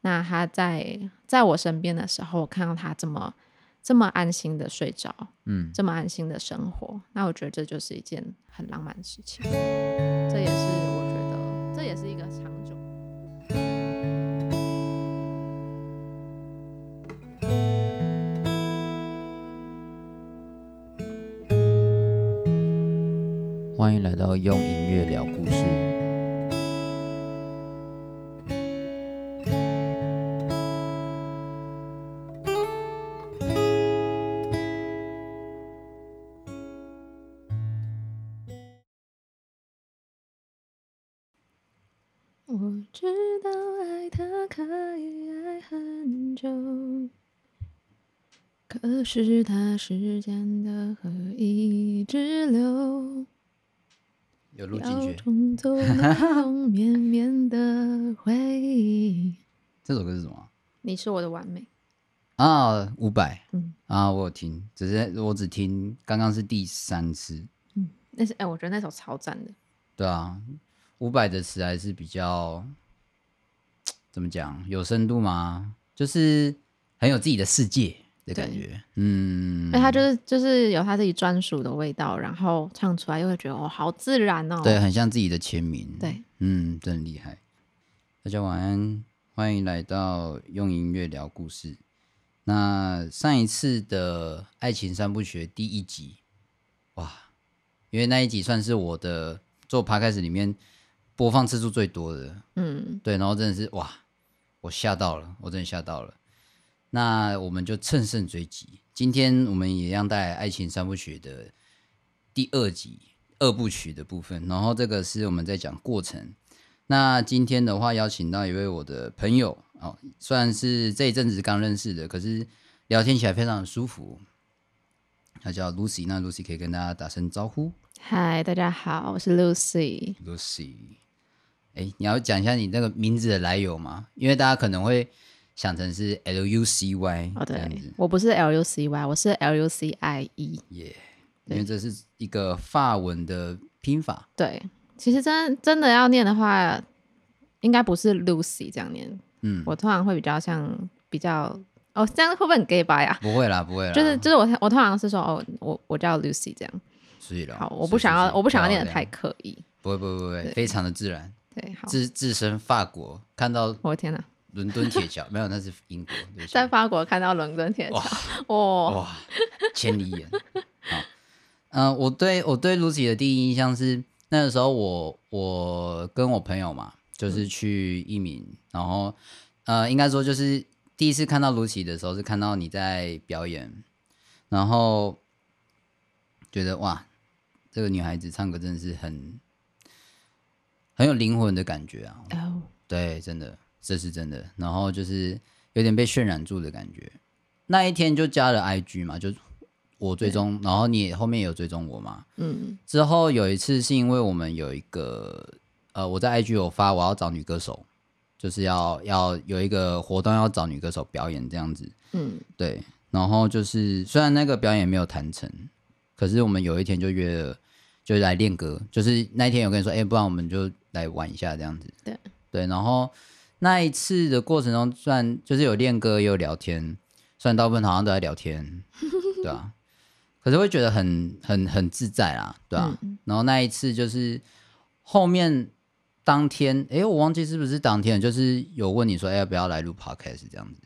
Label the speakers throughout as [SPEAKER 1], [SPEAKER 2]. [SPEAKER 1] 那他在在我身边的时候，我看到他这么这么安心的睡着，
[SPEAKER 2] 嗯，
[SPEAKER 1] 这么安心的生活，那我觉得这就是一件很浪漫的事情。这也是我觉得，这也是一个长久。
[SPEAKER 2] 欢迎来到用音乐聊故事。
[SPEAKER 1] 我知道爱他可以爱很久，可是他时间的河一直流，
[SPEAKER 2] 有录进
[SPEAKER 1] 要
[SPEAKER 2] 去，
[SPEAKER 1] 冲走那种绵绵的回忆。
[SPEAKER 2] 这首歌是什么
[SPEAKER 1] 你是我的完美，
[SPEAKER 2] 啊？伍佰
[SPEAKER 1] 嗯
[SPEAKER 2] 啊，我有听，只是我只听刚刚是第三次，
[SPEAKER 1] 嗯，那是哎、我觉得那首超赞的，
[SPEAKER 2] 对啊，伍佰的词还是比较怎么讲，有深度吗？就是很有自己的世界的感觉，嗯
[SPEAKER 1] 因为，他就是就是有他自己专属的味道，然后唱出来又会觉得哦，好自然哦。
[SPEAKER 2] 对，很啊像自己的签名，
[SPEAKER 1] 对，
[SPEAKER 2] 嗯，真厉害。大家晚安，欢迎来到用音乐聊故事。那上一次的爱情三部曲第一集，哇，因为那一集算是我的做 p 开始里面播放次数最多的，
[SPEAKER 1] 嗯，
[SPEAKER 2] 对，然后真的是哇，我吓到了，我真的吓到了。那我们就乘胜追击，今天我们也一样带来《爱情三部曲》的第二集二部曲的部分，然后这个是我们在讲过程。那今天的话，邀请到一位我的朋友哦，虽然是这一阵子刚认识的，可是聊天起来非常的舒服。他叫 Lucy，那 Lucy 可以跟大家打声招呼。
[SPEAKER 1] 嗨，大家好，我是 Lucy。
[SPEAKER 2] Lucy，哎、诶你要讲一下你那个名字的来由吗？因为大家可能会想成是 L U C Y
[SPEAKER 1] 哦，
[SPEAKER 2] 这样
[SPEAKER 1] 对
[SPEAKER 2] 子，，
[SPEAKER 1] 我不是 L U C Y，我是 L U C I E。
[SPEAKER 2] 耶、因为这是一个法文的拼法，
[SPEAKER 1] 对，其实真真的要念的话，应该不是 Lucy 这样念，
[SPEAKER 2] 嗯，
[SPEAKER 1] 我通常会比较像比较哦，这样会不会很 gay 吧呀？
[SPEAKER 2] 不会啦，不会啦，
[SPEAKER 1] 就是就是我我通常是说哦，我我叫 Lucy 这样。
[SPEAKER 2] 所以啦，
[SPEAKER 1] 好，我不想要
[SPEAKER 2] 哦是是是
[SPEAKER 1] 我不想要念的
[SPEAKER 2] 漂
[SPEAKER 1] 太
[SPEAKER 2] 亮
[SPEAKER 1] 刻意。
[SPEAKER 2] 不会，不会，不会，非常的自然，
[SPEAKER 1] 对，好，
[SPEAKER 2] 置置身法国，看到
[SPEAKER 1] 我的天哪，
[SPEAKER 2] 伦敦铁桥，没有，那是英国，对不起
[SPEAKER 1] 在法国看到伦敦铁桥， 哦，
[SPEAKER 2] 哇，千里眼。 好，呃，我对我对 Lucy 的第一印象是，那个时候我我跟我朋友嘛，就是去一鸣，然后呃，应该说就是第一次看到 Lucy 的时候是看到你在表演，然后觉得哇，这个女孩子唱歌真的是很很有灵魂的感觉啊，
[SPEAKER 1] 哦，
[SPEAKER 2] 对，真的，这是真的。然后就是有点被渲染住的感觉。那一天就加了 IG 嘛，就我追踪，然后你也后面也有追踪我嘛。
[SPEAKER 1] 嗯
[SPEAKER 2] 之后有一次是因为我们有一个呃，我在 IG 有发我要找女歌手，就是要要有一个活动要找女歌手表演这样子。
[SPEAKER 1] 嗯，
[SPEAKER 2] 对，然后就是虽然那个表演没有谈成，可是我们有一天就约了，就来练歌，就是那一天有跟你说，哎、不然我们就来玩一下这样子。
[SPEAKER 1] 对
[SPEAKER 2] 对，然后那一次的过程中，虽然就是有练歌，也有聊天，虽然大部分好像都在聊天，对啊，可是会觉得很很很自在啦，对啊。然后那一次就是后面。当天，哎、我忘记是不是当天，就是有问你说，哎、要不要来录 podcast 这样子？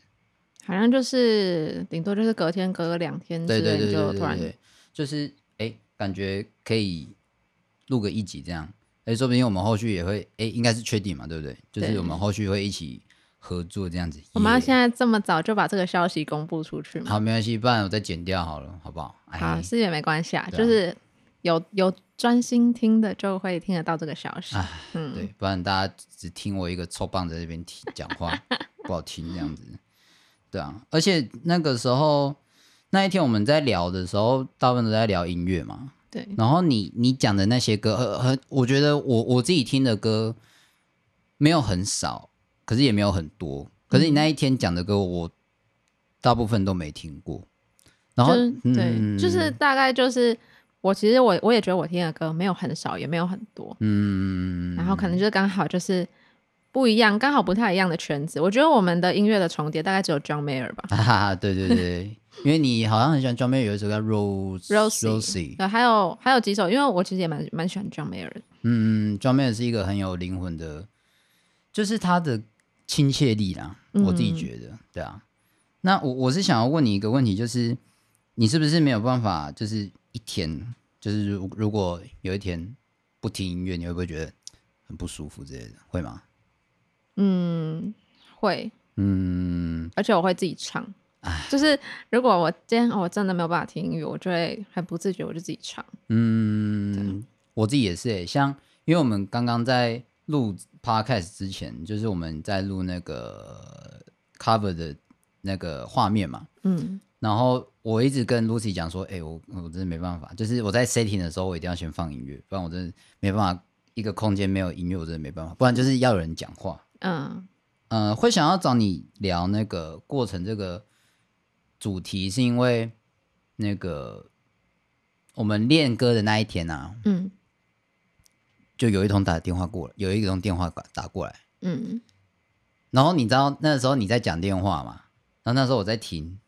[SPEAKER 1] 好像就是顶多就是隔天隔个两天之
[SPEAKER 2] 对对
[SPEAKER 1] 类，
[SPEAKER 2] 对
[SPEAKER 1] 你
[SPEAKER 2] 对
[SPEAKER 1] 就
[SPEAKER 2] 对
[SPEAKER 1] 突然
[SPEAKER 2] 对，就是哎、诶感觉可以录个一集这样，哎、说不定我们后续也会哎、诶应该是确定嘛，对不对？就是
[SPEAKER 1] 对
[SPEAKER 2] 我们后续会一起合作这样子。
[SPEAKER 1] 我们要
[SPEAKER 2] 耶
[SPEAKER 1] 现在这么早就把这个消息公布出去吗？
[SPEAKER 2] 好，没关系，不然我再剪掉好了，好不好？哎
[SPEAKER 1] 好，是也没关系啊，
[SPEAKER 2] 对啊
[SPEAKER 1] 就是有有专心听的就会听得到这个消息。
[SPEAKER 2] 啊
[SPEAKER 1] 嗯，
[SPEAKER 2] 对，不然大家只听我一个臭棒在这边提讲话，不好听这样子。对啊，而且那个时候那一天我们在聊的时候，大部分都在聊音乐嘛，
[SPEAKER 1] 对，
[SPEAKER 2] 然后你你讲的那些歌，很很，我觉得我我自己听的歌没有很少，可是也没有很多。可是你那一天讲的歌，我大部分都没听过。然后
[SPEAKER 1] 就是对，就是
[SPEAKER 2] 嗯
[SPEAKER 1] 大概就是我其实我我也觉得我听的歌没有很少，也没有很多，
[SPEAKER 2] 嗯，
[SPEAKER 1] 然后可能就是刚好就是不一样，刚好不太一样的圈子。我觉得我们的音乐的重叠大概只有 John Mayer 吧。
[SPEAKER 2] 哈哈哈， 对对对，因为你好像很喜欢专门有一首叫 Rose
[SPEAKER 1] Rosie
[SPEAKER 2] Rosie，
[SPEAKER 1] 对，还有还有几首，因为我其实也蛮蛮喜欢 John Mayer 的。
[SPEAKER 2] 嗯，专门是一个很有灵魂的，就是他的亲切力啦，我自己觉得，对啊。那我我是想要问你一个问题，就是你是不是没有办法，就是一天，就是如如果有一天不听音乐，你会不会觉得很不舒服之类的？会吗？
[SPEAKER 1] 嗯，会，
[SPEAKER 2] 嗯，
[SPEAKER 1] 而且我会自己唱。就是如果我今天哦我真的没有办法听音乐，我就会很不自觉，我就自己唱。
[SPEAKER 2] 嗯，我自己也是诶、像因为我们刚刚在录 podcast 之前，就是我们在录那个 cover 的那个画面嘛，
[SPEAKER 1] 嗯，
[SPEAKER 2] 然后我一直跟 Lucy 讲说，哎、我我真的没办法，就是我在 setting 的时候，我一定要先放音乐，不然我真的没办法，一个空间没有音乐，我真的没办法，不然就是要有人讲话。
[SPEAKER 1] 嗯，
[SPEAKER 2] 呃，会想要找你聊那个过程这个主题，是因为那个我们练歌的那一天啊，
[SPEAKER 1] 嗯，
[SPEAKER 2] 就有一通打电话过来，有一通电话打打过来，
[SPEAKER 1] 嗯，
[SPEAKER 2] 然后你知道那时候你在讲电话嘛，然后那时候我在听，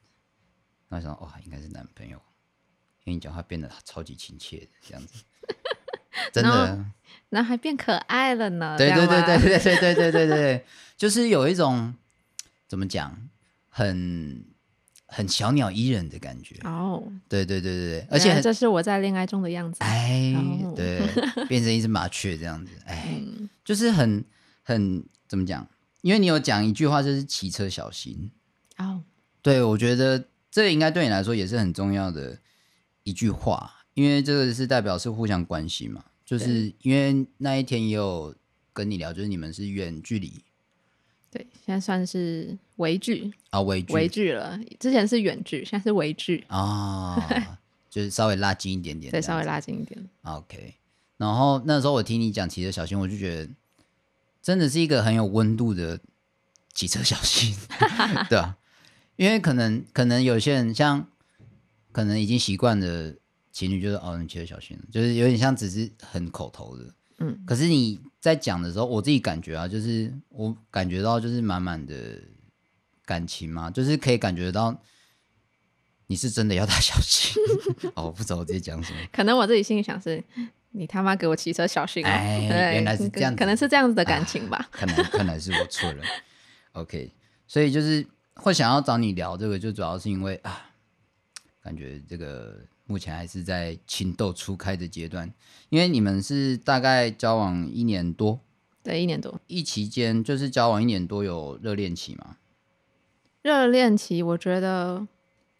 [SPEAKER 2] 然后想说哇，哦应该是男朋友，因为你讲话变得超级亲切的这样子， 真的，
[SPEAKER 1] 然后还变可爱了呢。
[SPEAKER 2] 对
[SPEAKER 1] 这
[SPEAKER 2] 对
[SPEAKER 1] 样
[SPEAKER 2] 对
[SPEAKER 1] 吗
[SPEAKER 2] 对，对对对对对对，就是有一种怎么讲，很很小鸟依人的感觉，
[SPEAKER 1] 哦，
[SPEAKER 2] 对对对对对，而且
[SPEAKER 1] 原来
[SPEAKER 2] 很
[SPEAKER 1] 这是我在恋爱中的样子。
[SPEAKER 2] 哎
[SPEAKER 1] 哦，嗯
[SPEAKER 2] 对，变成一只麻雀这样子，哎，就是很很怎么讲？因为你有讲一句话，就是骑车小心。
[SPEAKER 1] 哦，
[SPEAKER 2] 对，我觉得这应该对你来说也是很重要的一句话，因为这个是代表是互相关心嘛。就是因为那一天也有跟你聊，就是你们是远距离
[SPEAKER 1] 对，现在算是微距，
[SPEAKER 2] 啊，微距
[SPEAKER 1] 微距了。之前是远距，现在是微距，
[SPEAKER 2] 啊， 就是稍微拉近一点点
[SPEAKER 1] 对，
[SPEAKER 2] 这样子，
[SPEAKER 1] 稍微拉近一点。
[SPEAKER 2] OK，然后那时候我听你讲骑车小心，我就觉得真的是一个很有温度的骑车小心，对啊，因为可能可能有些人像可能已经习惯的情侣，就是哦你骑车小心，就是有点像只是很口头的，
[SPEAKER 1] 嗯，
[SPEAKER 2] 可是你在讲的时候，我自己感觉啊，就是我感觉到就是满满的感情嘛，就是可以感觉到你是真的要他小心。哦，我不知道我直接讲什么。
[SPEAKER 1] 可能我自己心里想是，你他妈给我骑车小心哦。
[SPEAKER 2] 哎
[SPEAKER 1] 对
[SPEAKER 2] 原来是这样子
[SPEAKER 1] 可能是这样子的感情吧。
[SPEAKER 2] 啊 看来看来是我错了。OK，所以就是会想要找你聊这个，就主要是因为啊，感觉这个目前还是在情窦初开的阶段，因为你们是大概交往一年多，
[SPEAKER 1] 对，一年多
[SPEAKER 2] 一期间就是交往一年多有热恋期嘛？
[SPEAKER 1] 热恋期，我觉得。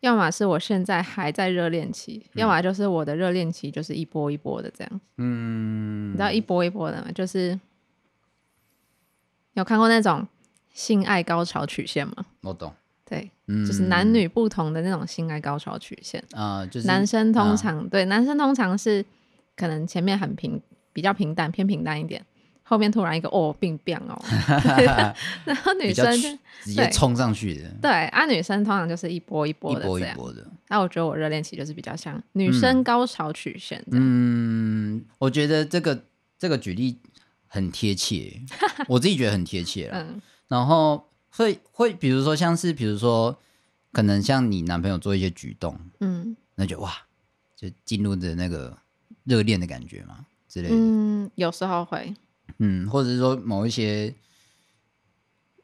[SPEAKER 1] 要么是我现在还在热恋期，要么就是我的热恋期就是一波一波的这样。
[SPEAKER 2] 嗯，
[SPEAKER 1] 你知道一波一波的嘛，就是有看过那种性爱高潮曲线吗？
[SPEAKER 2] 我懂，
[SPEAKER 1] 对，
[SPEAKER 2] 嗯，
[SPEAKER 1] 就是男女不同的那种性爱高潮曲线。
[SPEAKER 2] 啊、就是
[SPEAKER 1] 男生通
[SPEAKER 2] 啊
[SPEAKER 1] 常、对男生通常是可能前面很平，比较平淡，偏平淡一点，后面突然一个哦病变 哦，然后女
[SPEAKER 2] 比较
[SPEAKER 1] 生就
[SPEAKER 2] 直直接
[SPEAKER 1] 对
[SPEAKER 2] 冲上去的，
[SPEAKER 1] 对啊，女生通常就是一波一波
[SPEAKER 2] 一
[SPEAKER 1] 的
[SPEAKER 2] 波嗯
[SPEAKER 1] 这
[SPEAKER 2] 一
[SPEAKER 1] 样。
[SPEAKER 2] 波的。
[SPEAKER 1] 那、我觉得我热恋期就是比较像女生高潮曲线这样。
[SPEAKER 2] 嗯，我觉得这个这个举例很 贴切，我自己觉得很贴切啦。
[SPEAKER 1] 嗯
[SPEAKER 2] 然后会会比如说像是比如说，可能像你男朋友做一些举动，
[SPEAKER 1] 嗯
[SPEAKER 2] 那就哇，就进入的那个热恋的感觉嘛之类的。嗯
[SPEAKER 1] 嗯，有时候会，
[SPEAKER 2] 或者是说某一些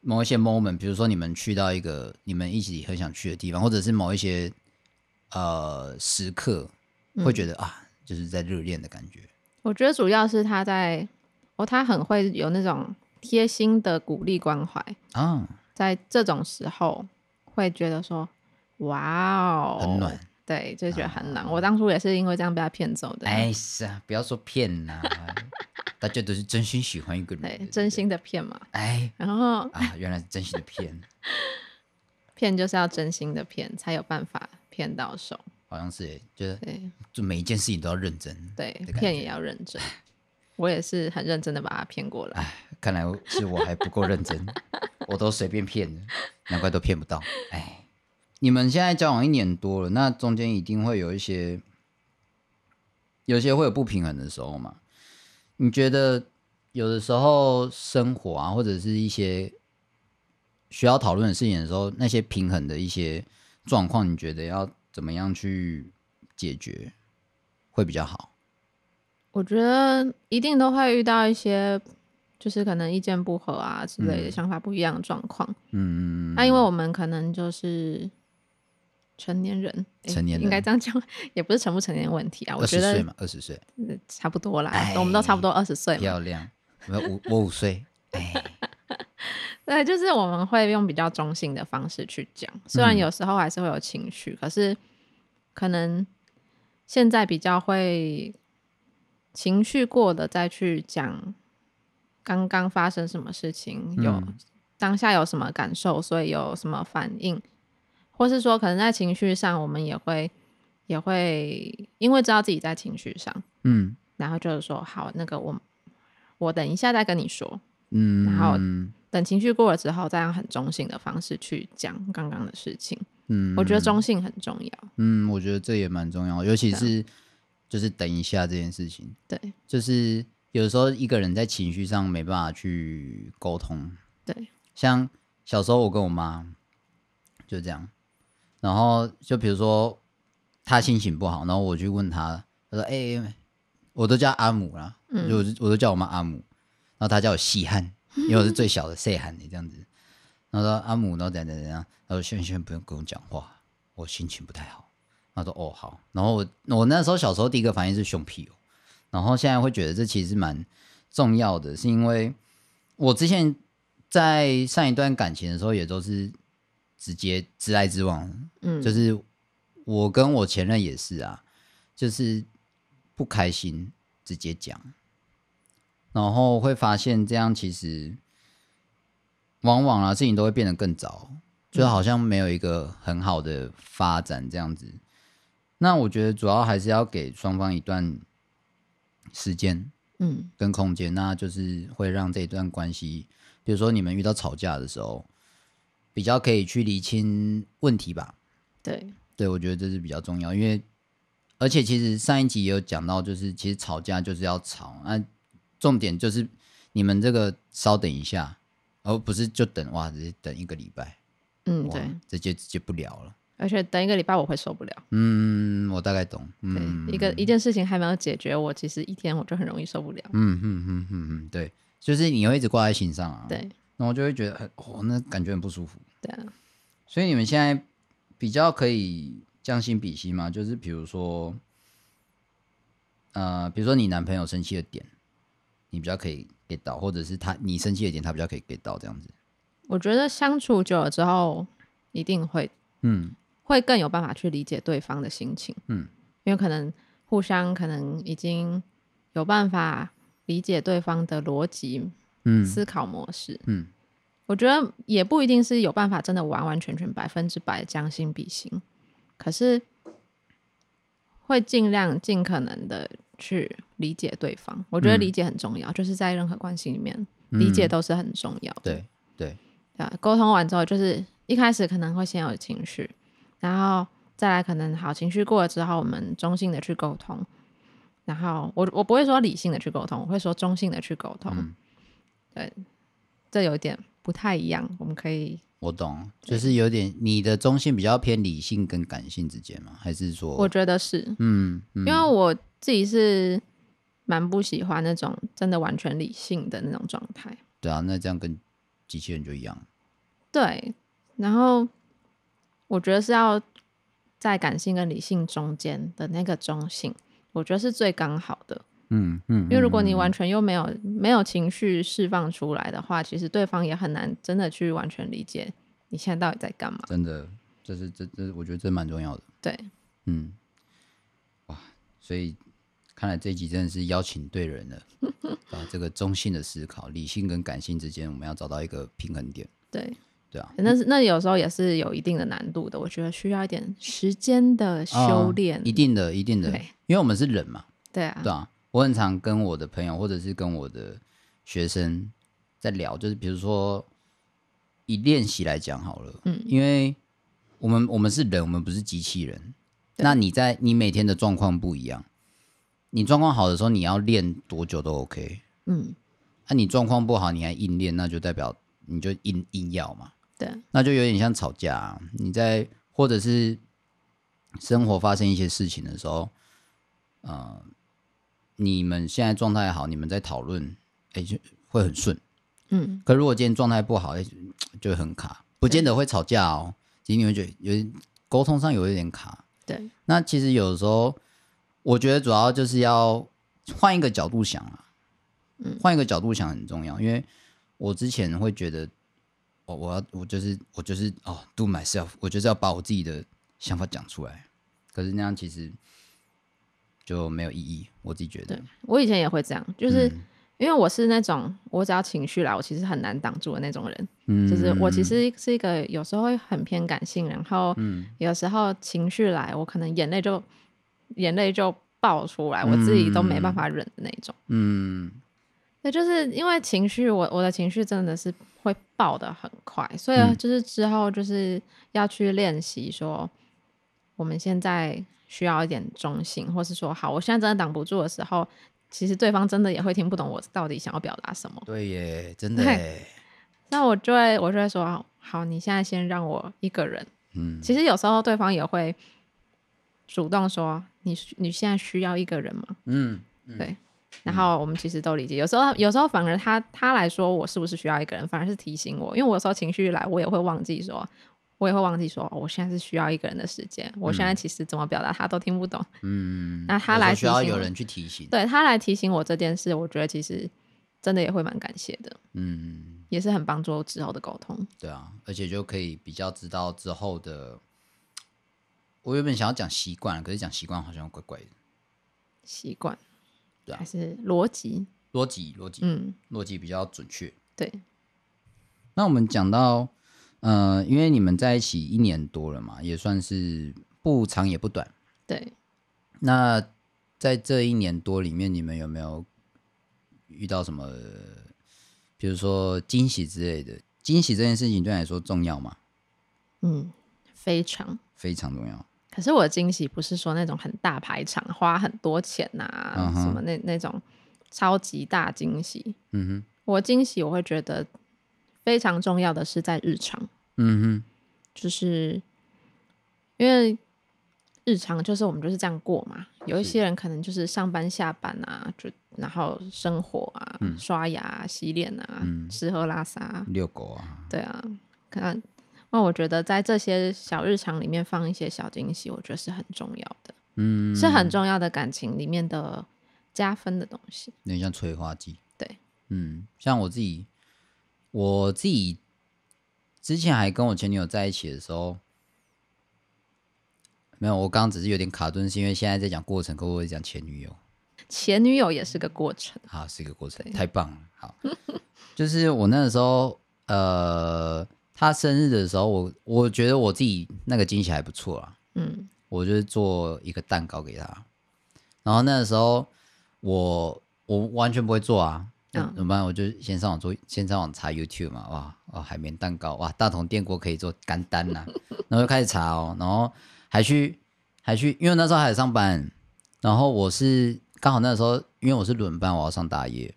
[SPEAKER 2] 某一些 moment，比如说你们去到一个你们一起很想去的地方，或者是某一些呃时刻，
[SPEAKER 1] 嗯
[SPEAKER 2] 会觉得、啊，就是在热恋的感觉。
[SPEAKER 1] 我觉得主要是他在哦，他很会有那种贴心的鼓励关怀，
[SPEAKER 2] 啊，
[SPEAKER 1] 在这种时候会觉得说，哇哦，
[SPEAKER 2] 很暖，
[SPEAKER 1] 对，就觉得很暖。我当初也是因为这样被他骗走的，
[SPEAKER 2] 啊哎是啊，不要说骗啦， 大家都是真心喜欢一个人，
[SPEAKER 1] 对
[SPEAKER 2] 对不，对
[SPEAKER 1] 真心的骗嘛。
[SPEAKER 2] 哎
[SPEAKER 1] 然后
[SPEAKER 2] 啊，原来是真心的骗，
[SPEAKER 1] 骗就是要真心的骗，才有办法骗到手。
[SPEAKER 2] 好像是耶，就是
[SPEAKER 1] 对
[SPEAKER 2] 就每一件事情都要认真。
[SPEAKER 1] 对
[SPEAKER 2] 的，感
[SPEAKER 1] 骗
[SPEAKER 2] 觉
[SPEAKER 1] 也要认真。我也是很认真的把他骗过来。
[SPEAKER 2] 哎，看来是我还不够认真， 我都随便骗的，难怪都骗不到。哎，你们现在交往一年多了，那中间一定会有一些，有一些会有不平衡的时候嘛？你觉得有的时候生活啊，或者是一些需要讨论的事情的时候，那些平衡的一些状况，你觉得要怎么样去解决会比较好？
[SPEAKER 1] 我觉得一定都会遇到一些，就是可能意见不合啊之类的、
[SPEAKER 2] 嗯
[SPEAKER 1] 想法不一样的状况。
[SPEAKER 2] 嗯，
[SPEAKER 1] 那因为我们可能就是成年人，诶
[SPEAKER 2] 成年人
[SPEAKER 1] 应该这样讲， 也不是成不成年问题啊。我
[SPEAKER 2] 嗯二
[SPEAKER 1] 觉
[SPEAKER 2] 十
[SPEAKER 1] 得
[SPEAKER 2] 岁嘛，二十岁
[SPEAKER 1] 呃差不多啦
[SPEAKER 2] 哎，
[SPEAKER 1] 我们都差不多二十岁嘛。
[SPEAKER 2] 漂亮，我五我五岁，哎，
[SPEAKER 1] 对，就是我们会用比较中性的方式去讲，虽然
[SPEAKER 2] 嗯
[SPEAKER 1] 有时候还是会有情绪，可是可能现在比较会情绪过的再去讲刚刚发生什么事情，有、
[SPEAKER 2] 嗯
[SPEAKER 1] 当下有什么感受，所以有什么反应，或是说可能在情绪上，我们也会也会因为知道自己在情绪上，
[SPEAKER 2] 嗯
[SPEAKER 1] 然后就是说好，那个我我等一下再跟你说，
[SPEAKER 2] 嗯，
[SPEAKER 1] 然后
[SPEAKER 2] 嗯
[SPEAKER 1] 等情绪过了之后，再用很中性的方式去讲刚刚的事情。
[SPEAKER 2] 嗯
[SPEAKER 1] 我觉得中性很重要。
[SPEAKER 2] 嗯，我觉得这也蛮重要，尤其
[SPEAKER 1] 对啊
[SPEAKER 2] 是就是等一下这件事情，
[SPEAKER 1] 对
[SPEAKER 2] 就是有时候一个人在情绪上没办法去沟通，
[SPEAKER 1] 对，
[SPEAKER 2] 像小时候我跟我妈就这样，然后就比如说她心情不好，然后我去问她，她说：“哎、我都叫阿姆啦，就我就我都叫我妈阿姆，然后她叫我细汉，因为我是最小的细汉，你这样子。”然后说阿姆，然后怎样怎样怎样，她说：“轩轩不用跟我讲话，我心情不太好。”然后说：“哦，好。”然后我我那时候小时候第一个反应是熊屁哦，然后现在会觉得这其实蛮重要的，是因为我之前在上一段感情的时候，也都是直接直来直往，
[SPEAKER 1] 嗯，
[SPEAKER 2] 就是我跟我前任也是啊，就是不开心直接讲，然后会发现这样其实往往啊事情都会变得更糟，就好像没有一个很好的发展这样子。那我觉得主要还是要给双方一段时间，
[SPEAKER 1] 嗯
[SPEAKER 2] 跟空间，那就是会让这段关系，比如说你们遇到吵架的时候，比较可以去厘清问题吧。
[SPEAKER 1] 对
[SPEAKER 2] 对，我觉得这是比较重要，因为而且其实上一集也有讲到，就是其实吵架就是要吵，那重点就是你们这个稍等一下，而不是就等哇，直接等一个礼拜，
[SPEAKER 1] 嗯
[SPEAKER 2] 哇
[SPEAKER 1] 对，，
[SPEAKER 2] 直接直接不聊了。
[SPEAKER 1] 而且等一个礼拜我会受不了。
[SPEAKER 2] 嗯，我大概懂。
[SPEAKER 1] 对，
[SPEAKER 2] 嗯，
[SPEAKER 1] 一个一件事情还没有解决，我其实一天我就很容易受不了。
[SPEAKER 2] 嗯嗯嗯嗯嗯，对，就是你会一直挂在心上啊。
[SPEAKER 1] 对
[SPEAKER 2] 然后就会觉得很哦，那感觉很不舒服。
[SPEAKER 1] 对啊，
[SPEAKER 2] 所以你们现在比较可以将心比心嘛，就是比如说，呃，比如说你男朋友生气的点，你比较可以 get 到，或者是他你生气的点，他比较可以 get 到这样子。
[SPEAKER 1] 我觉得相处久了之后，一定会
[SPEAKER 2] 嗯
[SPEAKER 1] 会更有办法去理解对方的心情。
[SPEAKER 2] 嗯，
[SPEAKER 1] 因为可能互相可能已经有办法理解对方的逻辑、
[SPEAKER 2] 嗯
[SPEAKER 1] 思考模式。
[SPEAKER 2] 嗯
[SPEAKER 1] 我觉得也不一定是有办法真的完完全全百分之百将心比心，可是会尽量尽可能的去理解对方。我觉得
[SPEAKER 2] 嗯
[SPEAKER 1] 理解很重要，就是在任何关系里面，
[SPEAKER 2] 嗯
[SPEAKER 1] 理解都是很重要的。
[SPEAKER 2] 对对，
[SPEAKER 1] 对啊，沟通完之后，就是一开始可能会先有情绪，然后再来可能好情绪过了之后，我们中性的去沟通。然后我我不会说理性的去沟通，我会说中性的去沟通。
[SPEAKER 2] 嗯
[SPEAKER 1] 对，这有一点不太一样，我们可以
[SPEAKER 2] 我懂，就是有点你的中性比较偏理性跟感性之间嘛，还是
[SPEAKER 1] 我
[SPEAKER 2] 说，
[SPEAKER 1] 觉得是、
[SPEAKER 2] 嗯嗯
[SPEAKER 1] 因为我自己是蛮不喜欢那种真的完全理性的那种状态。
[SPEAKER 2] 对啊，那这样跟机器人就一样。
[SPEAKER 1] 对，然后我觉得是要在感性跟理性中间的那个中性，我觉得是最刚好的。
[SPEAKER 2] 嗯嗯，
[SPEAKER 1] 因为如果你完全又没有没有情绪释放出来的话，其实对方也很难真的去完全理解你现在到底在干嘛。
[SPEAKER 2] 真的，这是这这，我觉得这蛮重要的。
[SPEAKER 1] 对，
[SPEAKER 2] 嗯，哇，所以看来这一集真的是邀请对人了，把这个中性的思考、理性跟感性之间，我们要找到一个平衡点，
[SPEAKER 1] 对，
[SPEAKER 2] 对啊，
[SPEAKER 1] 那是那有时候也是有一定的难度的，我觉得需要一点时间的修
[SPEAKER 2] 啊
[SPEAKER 1] 炼。
[SPEAKER 2] 一定的，一定的
[SPEAKER 1] 对，
[SPEAKER 2] 因为我们是人嘛，
[SPEAKER 1] 对啊，
[SPEAKER 2] 对啊，我很常跟我的朋友或者是跟我的学生在聊，就是比如说以练习来讲好了，
[SPEAKER 1] 嗯
[SPEAKER 2] 因为我们我们是人，我们不是机器人。
[SPEAKER 1] 对
[SPEAKER 2] 那你在你每天的状况不一样，你状况好的时候，你要练多久都 OK。
[SPEAKER 1] 嗯，
[SPEAKER 2] 哎、那、你状况不好，你还硬练，那就代表你就硬硬要嘛，
[SPEAKER 1] 对，
[SPEAKER 2] 那就有点像吵架、啊。你在或者是生活发生一些事情的时候，呃，你们现在状态好，你们在讨论，哎、就会很顺。
[SPEAKER 1] 嗯，
[SPEAKER 2] 可如果今天状态不好，哎就会很卡，不见得会吵架哦，其实你会觉得有沟通上有一点卡。
[SPEAKER 1] 对，
[SPEAKER 2] 那其实有的时候，我觉得主要就是要换一个角度想啊，
[SPEAKER 1] 嗯
[SPEAKER 2] 换一个角度想很重要，因为我之前会觉得，我我要我就是我就是哦，do myself，我就是要把我自己的想法讲出来，可是那样其实就没有意义，我自己觉得
[SPEAKER 1] 对，我以前也会这样，就是因为我是那种我只要情绪来，我其实很难挡住的那种人。
[SPEAKER 2] 嗯
[SPEAKER 1] 就是我其实是一个有时候会很偏感性，然后有时候情绪来，我可能眼泪就眼泪就爆出来，我自己都没办法忍的那种。
[SPEAKER 2] 嗯
[SPEAKER 1] 对，就是因为情绪，我我的情绪真的是会爆的很快，所以
[SPEAKER 2] 嗯
[SPEAKER 1] 就是之后就是要去练习说，我们现在需要一点中性，或是说，好，我现在真的挡不住的时候，其实对方真的也会听不懂我到底想要表达什么。
[SPEAKER 2] 对耶，真的
[SPEAKER 1] 对
[SPEAKER 2] 耶，
[SPEAKER 1] 那我就会我就会说，好，你现在先让我一个人。
[SPEAKER 2] 嗯
[SPEAKER 1] 其实有时候对方也会主动说，你你现在需要一个人吗？
[SPEAKER 2] 嗯
[SPEAKER 1] 然后我们其实都理解，有时候有时候反而他他来说我是不是需要一个人，反而是提醒我，因为我有时候情绪来，我也会忘记说，我也会忘记说，哦我现在是需要一个人的时间，我现在其实怎么表达他都听不懂，
[SPEAKER 2] 嗯，
[SPEAKER 1] 那他
[SPEAKER 2] 有时候
[SPEAKER 1] 来
[SPEAKER 2] 需
[SPEAKER 1] 提
[SPEAKER 2] 要
[SPEAKER 1] 醒
[SPEAKER 2] 有
[SPEAKER 1] 我
[SPEAKER 2] 人去提醒，
[SPEAKER 1] 对他来提醒我这件事，我觉得其实真的也会蛮感谢的，
[SPEAKER 2] 嗯。
[SPEAKER 1] 也是很帮助之后的沟通。
[SPEAKER 2] 对啊，而且就可以比较知道之后的。我原本想要讲习惯，可是讲习惯好像怪怪的。
[SPEAKER 1] 习惯，
[SPEAKER 2] 对啊
[SPEAKER 1] 还是逻辑，
[SPEAKER 2] 逻辑，逻辑，
[SPEAKER 1] 嗯，
[SPEAKER 2] 逻辑比较准确。
[SPEAKER 1] 对，
[SPEAKER 2] 那我们讲到，呃，因为你们在一起一年多了嘛，也算是不长也不短。
[SPEAKER 1] 对，
[SPEAKER 2] 那在这一年多里面，你们有没有遇到什么，比如说惊喜之类的？惊喜这件事情对你来说重要吗？
[SPEAKER 1] 嗯，非常。
[SPEAKER 2] 非常重要。
[SPEAKER 1] 可是我的惊喜不是说那种很大排场，花很多钱呐、
[SPEAKER 2] 嗯哼
[SPEAKER 1] 什么那那种超级大惊喜。
[SPEAKER 2] 嗯哼，
[SPEAKER 1] 我惊喜我会觉得非常重要的是在日常，
[SPEAKER 2] 嗯
[SPEAKER 1] 就是因为日常就是我们就是这样过嘛。有一些人可能就是上班下班啊，就然后生活啊，
[SPEAKER 2] 嗯
[SPEAKER 1] 刷牙啊、洗脸啊、吃喝拉撒啊、
[SPEAKER 2] 哼，遛狗啊，
[SPEAKER 1] 对啊，可能那我觉得在这些小日常里面放一些小惊喜，我觉得是很重要的，
[SPEAKER 2] 嗯，
[SPEAKER 1] 是很重要的感情里面的加分的东西。
[SPEAKER 2] 有点像催化剂。
[SPEAKER 1] 对，
[SPEAKER 2] 嗯，像我自己，我自己之前还跟我前女友在一起的时候，没有，我刚刚只是有点卡顿，是因为现在在讲过程，可我会讲前女友，
[SPEAKER 1] 前女友也是个过程，
[SPEAKER 2] 好，是一个过程，太棒了，好， 就是我那个时候，呃，她生日的时候，我我觉得我自己那个惊喜还不错啦，
[SPEAKER 1] 嗯
[SPEAKER 2] 我就是做一个蛋糕给他。然后那个时候我我完全不会做啊，那
[SPEAKER 1] 嗯
[SPEAKER 2] 怎么办？我就先上网做，先上网查 YouTube 嘛，哇哇海绵蛋糕，哇大同电锅可以做干单呐、然后就开始查哦，然后还去还去，因为那时候还上班，然后我是刚好那时候因为我是轮班，我要上大夜，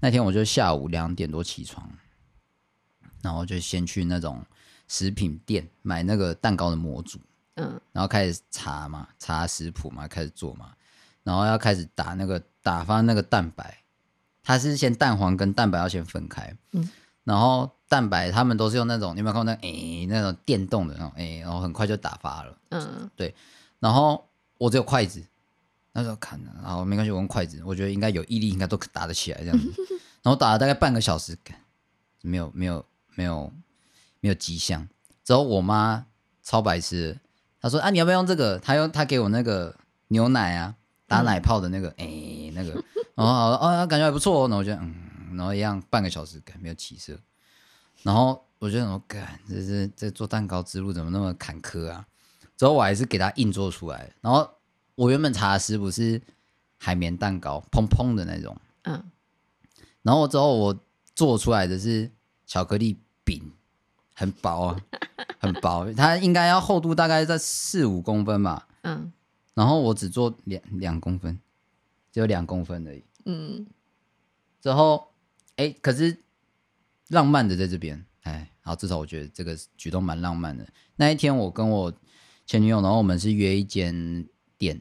[SPEAKER 2] 那天我就下午两点多起床，然后就先去那种食品店买那个蛋糕的模组。
[SPEAKER 1] 嗯
[SPEAKER 2] 然后开始查嘛，查食谱嘛，开始做嘛，然后要开始打那个打发那个蛋白，它是先蛋黄跟蛋白要先分开，
[SPEAKER 1] 嗯
[SPEAKER 2] 然后蛋白他们都是用那种你有没有看过那诶、那种电动的那种诶、然后很快就打发了，
[SPEAKER 1] 嗯，
[SPEAKER 2] 然后我只有筷子，那时候看了，好没关系，我用筷子，我觉得应该有毅力，应该都打得起来这样子，然后打了大概半个小时，干没有没有没有没有迹象。之后我妈超白痴的，她说啊你要不要用这个？她用她给我那个牛奶啊，打奶泡的那个，哎、那个，然后好了哦感觉还不错哦，然后我就嗯，然后一样半个小时，干没有起色，然后我就想说，干这这这做蛋糕之路怎么那么坎坷啊？之后我还是给它硬做出来，然后我原本查的食谱是海绵蛋糕，蓬蓬的那种。
[SPEAKER 1] 嗯
[SPEAKER 2] 然后之后我做出来的是巧克力饼，很薄啊，很薄，它应该要厚度大概在四五公分吧。
[SPEAKER 1] 嗯
[SPEAKER 2] 然后我只做两两公分，只有两公分而已。
[SPEAKER 1] 嗯
[SPEAKER 2] 之后哎，可是浪漫的在这边，哎，好，至少我觉得这个举动蛮浪漫的。那一天我跟我前女友，然后我们是约一间店，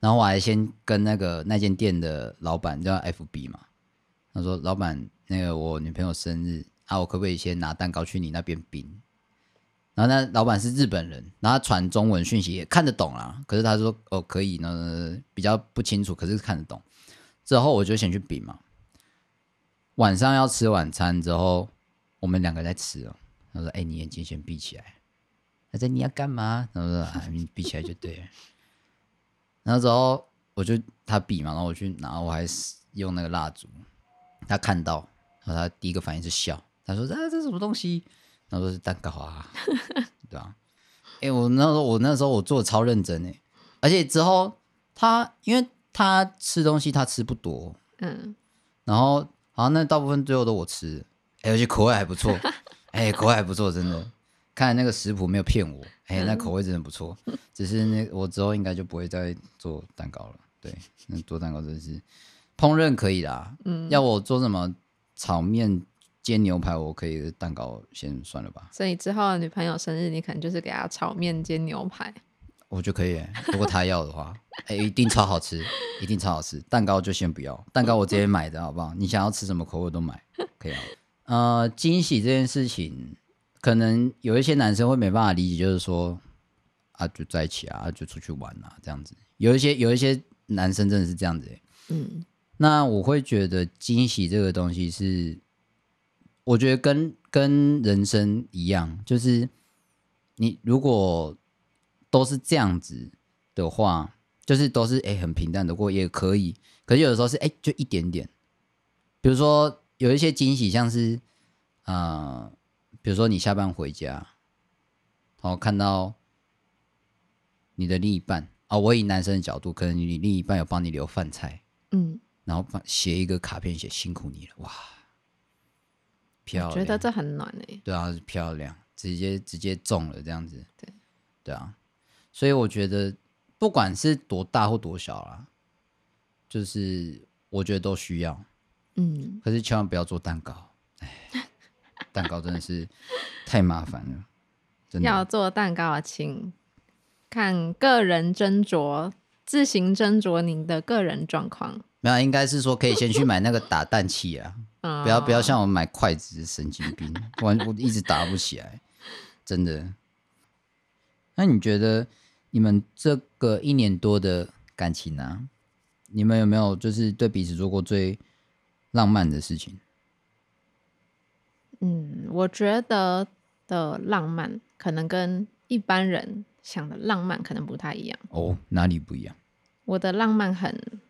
[SPEAKER 2] 然后我还先跟那个那间店的老板叫 FB 嘛，他说老板，那个我女朋友生日啊，我可不可以先拿蛋糕去你那边冰？然后那老板是日本人，然后他传中文讯息也看得懂啦，可是他说哦可以呢，比较不清楚，可是看得懂。之后我就先去比嘛，晚上要吃晚餐之后，我们两个在吃哦。他说：“哎、你眼睛先闭起来。”他说：“你要干嘛？”他说：“啊，你闭起来就对了。”然后之后我就他比嘛，然后我去拿，我还是用那个蜡烛，他看到，然后他第一个反应是笑，他说：“啊，这是什么东西？”然后说是蛋糕啊， 对吧、啊？哎、我那时候我那时候我做的超认真哎、而且之后他因为他吃东西他吃不多，
[SPEAKER 1] 嗯，
[SPEAKER 2] 然后好像那大部分最后都我吃，哎、而且口味还不错，哎、口味还不错，真的。看来那个食谱没有骗我，哎、那口味真的不错。只是那我之后应该就不会再做蛋糕了。对，那做蛋糕真是烹饪可以啦，嗯，要我做什么炒面、煎牛排，我可以蛋糕先算了吧，
[SPEAKER 1] 所以之后女朋友生日，你可能就是给她炒面煎牛排，
[SPEAKER 2] 我就可以、欸。如果他要的话， 哎、一定超好吃，一定超好吃。蛋糕就先不要，蛋糕我直接买的好不好？你想要吃什么口味都买，可以啊。呃，惊喜这件事情，可能有一些男生会没办法理解，就是说啊，就在一起啊，啊就出去玩啊，这样子。有一些有一些男生真的是这样子、欸。
[SPEAKER 1] 嗯
[SPEAKER 2] 那我会觉得惊喜这个东西是，我觉得跟跟人生一样，就是你如果都是这样子的话，就是都是哎、诶很平淡的过也可以，可是有的时候是哎、诶就一点点，比如说有一些惊喜像是呃，比如说你下班回家，然后看到你的另一半啊、我以男生的角度，可能你另一半有帮你留饭菜。
[SPEAKER 1] 嗯，
[SPEAKER 2] 然后把写一个卡片写辛苦你了，哇，漂
[SPEAKER 1] 我
[SPEAKER 2] 亮，
[SPEAKER 1] 觉得这很暖诶、
[SPEAKER 2] 对啊，漂亮，直接直接中了这样子，
[SPEAKER 1] 对，
[SPEAKER 2] 对啊，所以我觉得不管是多大或多小啦，就是我觉得都需要，
[SPEAKER 1] 嗯，
[SPEAKER 2] 可是千万不要做蛋糕， 哎，蛋糕真的是太麻烦了，真的
[SPEAKER 1] 要做蛋糕啊，请看个人斟酌，自行斟酌您的个人状况。
[SPEAKER 2] 没有，应该是说可以先去买那个打蛋器啊。
[SPEAKER 1] 嗯，
[SPEAKER 2] 不要不要像我买筷子，神经病，完我一直打不起来，真的。那你觉得你们这个一年多的感情啊，你们有没有就是对彼此做过最浪漫的事情？
[SPEAKER 1] 嗯，我觉得的浪漫可能跟一般人想的浪漫可能不太一样。
[SPEAKER 2] 哦，哪里不一样？
[SPEAKER 1] 我的浪漫很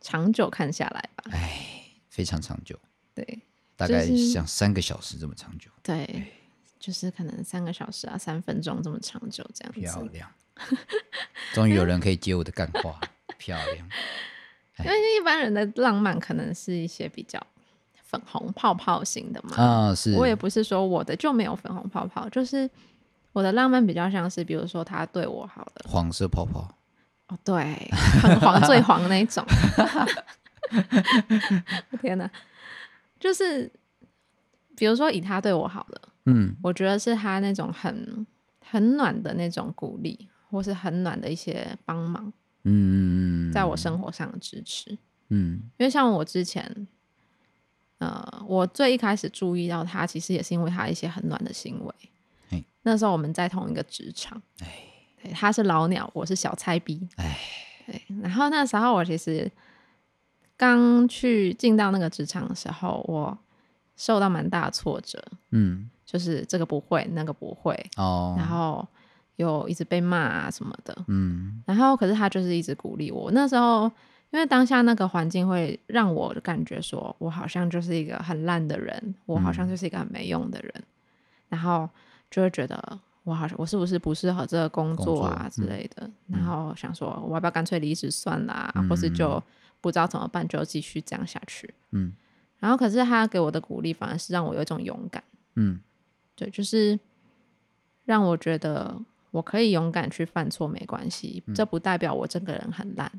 [SPEAKER 1] 长久看下来吧，
[SPEAKER 2] 哎，非常长久，
[SPEAKER 1] 对
[SPEAKER 2] 大概
[SPEAKER 1] 就是
[SPEAKER 2] 像三个小时这么长久，
[SPEAKER 1] 对，就是可能三个小时啊，三分钟这么长久这样
[SPEAKER 2] 漂
[SPEAKER 1] 子。
[SPEAKER 2] 亮。终于有人可以接我的干话，漂亮。哎
[SPEAKER 1] 因为一般人的浪漫可能是一些比较粉红泡泡型的嘛，
[SPEAKER 2] 啊，是，
[SPEAKER 1] 我也不是说我的就没有粉红泡泡，就是我的浪漫比较像是，比如说他对我好了，
[SPEAKER 2] 黄色泡泡，
[SPEAKER 1] 哦，对， 很黄最黄那一种。我 天哪，就是比如说以他对我好了，
[SPEAKER 2] 嗯，
[SPEAKER 1] 我觉得是他那种很很暖的那种鼓励，或是很暖的一些帮忙，
[SPEAKER 2] 嗯嗯嗯，
[SPEAKER 1] 在我生活上的支持。
[SPEAKER 2] 嗯，
[SPEAKER 1] 因为像我之前，呃，我最一开始注意到他，其实也是因为他一些很暖的行
[SPEAKER 2] 嘿
[SPEAKER 1] 为。那时候我们在同一个职场，对，他是老鸟，我是小菜逼，
[SPEAKER 2] 哎，
[SPEAKER 1] 对。然后那时候我其实刚去进到那个职场的时候，我受到蛮大的挫折，
[SPEAKER 2] 嗯，
[SPEAKER 1] 就是这个不会，那个不会，
[SPEAKER 2] 哦，
[SPEAKER 1] 然后又一直被骂啊什么的。
[SPEAKER 2] 嗯
[SPEAKER 1] 然后可是他就是一直鼓励我。那时候因为当下那个环境会让我感觉说，我好像就是一个很烂的人，我好
[SPEAKER 2] 嗯
[SPEAKER 1] 像就是一个很没用的人，然后就会觉得我好像我是不是不适合这个工作啊
[SPEAKER 2] 工作嗯
[SPEAKER 1] 之类的，然后想说我要不要干脆离职算了、啊，或是就不知道怎么办，就继续这样下去。
[SPEAKER 2] 嗯
[SPEAKER 1] 然后可是他给我的鼓励反而是让我有一种勇敢，
[SPEAKER 2] 嗯
[SPEAKER 1] 对，就是让我觉得我可以勇敢去犯错，没关系，这不代表我这个人很烂。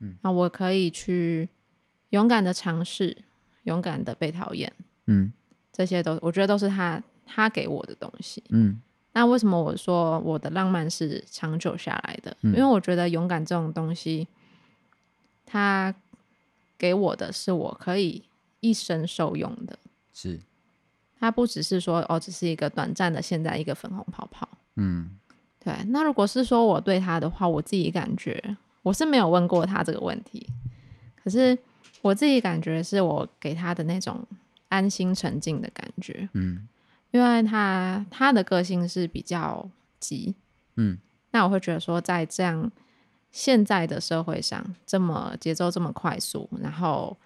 [SPEAKER 1] 嗯，那我可以去勇敢的尝试，勇敢的被讨厌，
[SPEAKER 3] 嗯
[SPEAKER 1] 这些都我觉得都是他他给我的东西。
[SPEAKER 3] 嗯
[SPEAKER 1] 那为什么我说我的浪漫是长久下来的？
[SPEAKER 3] 嗯
[SPEAKER 1] 因为我觉得勇敢这种东西，它给我的是我可以一生受用的。
[SPEAKER 2] 是
[SPEAKER 1] 它不只是说哦，只是一个短暂的现在一个粉红泡泡。
[SPEAKER 3] 嗯
[SPEAKER 1] 对，那如果是说我对他的话，我自己感觉我是没有问过他这个问题，可是我自己感觉是我给他的那种安心沉静的感觉，
[SPEAKER 3] 嗯
[SPEAKER 1] 因为他他的个性是比较急，
[SPEAKER 3] 嗯，
[SPEAKER 1] 那我会觉得说在这样现在的社会上，这么节奏这么快速，然后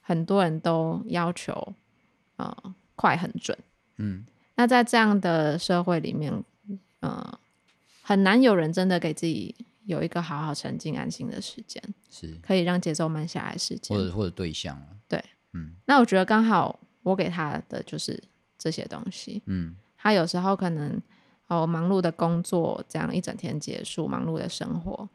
[SPEAKER 1] 很多人都要求呃快很准。
[SPEAKER 3] 嗯
[SPEAKER 1] 那在这样的社会里面，呃，很难有人真的给自己有一个好好沉静安心的时间，
[SPEAKER 2] 是，
[SPEAKER 1] 可以让节奏慢下来的时间
[SPEAKER 2] 或。者或者对象啊了，
[SPEAKER 1] 那我觉得刚好我给他的就是这些东西。
[SPEAKER 3] 嗯
[SPEAKER 1] 他有时候可能哦忙碌的工作这样一整天结束，忙碌的生活，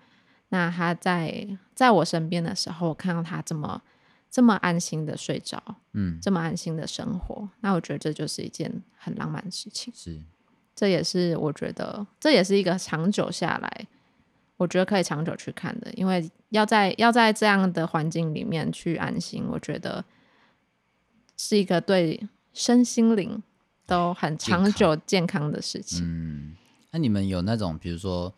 [SPEAKER 1] 那他在在我身边的时候，我看到他这么这么安心的睡着，
[SPEAKER 3] 嗯
[SPEAKER 1] 这么安心的生活，那我觉得这就是一件很浪漫的事情。
[SPEAKER 2] 是
[SPEAKER 1] 这也是我觉得，这也是一个长久下来，我觉得可以长久去看的，因为要在要在这样的环境里面去安心，我觉得是一个对身心灵都很长久健康的事情。
[SPEAKER 3] 嗯，
[SPEAKER 2] 那你们有那种比如说，